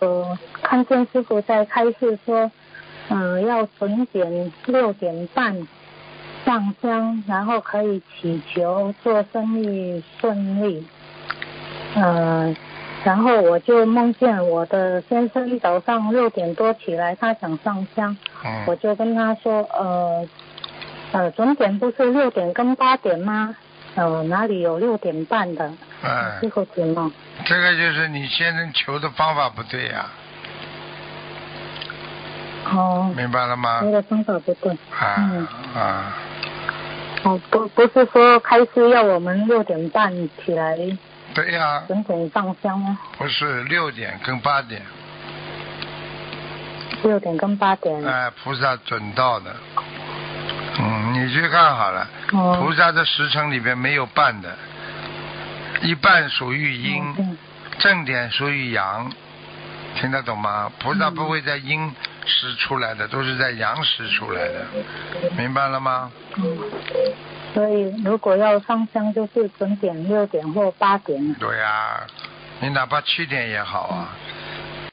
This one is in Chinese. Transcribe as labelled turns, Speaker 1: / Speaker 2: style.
Speaker 1: 呃看见师傅在开示说，嗯、要准点六点半上香，然后可以祈求做生意顺利。呃，然后我就梦见我的先生早上六点多起来，他想上香，我
Speaker 2: 嗯，
Speaker 1: 就跟他说，呃，呃，准点不是六点跟八点吗？呃，哪里有六点半的？师
Speaker 2: 嗯，
Speaker 1: 傅指梦。
Speaker 2: 这个就是你先生求的方法不对呀、
Speaker 1: 哦，
Speaker 2: 明白了吗
Speaker 1: 你？的方法不对。
Speaker 2: 啊
Speaker 1: 嗯
Speaker 2: 啊，
Speaker 1: 哦，不不是说开始要我们六点半起来
Speaker 2: 对呀、
Speaker 1: 准点上香啊吗？
Speaker 2: 不是六点跟八点，
Speaker 1: 六点跟八点。
Speaker 2: 哎、菩萨准到的。嗯，你去看好了，菩
Speaker 1: 哦，
Speaker 2: 萨的时辰里边没有半的，一半属于阴。
Speaker 1: 哦对
Speaker 2: 正点属于阳，听得懂吗？菩萨
Speaker 1: 嗯
Speaker 2: 不会在阴时出来的，都是在阳时出来的，明白了吗？
Speaker 1: 嗯，所以如果要上香，就是准点六点或八点。
Speaker 2: 对呀、你哪怕七点也好啊，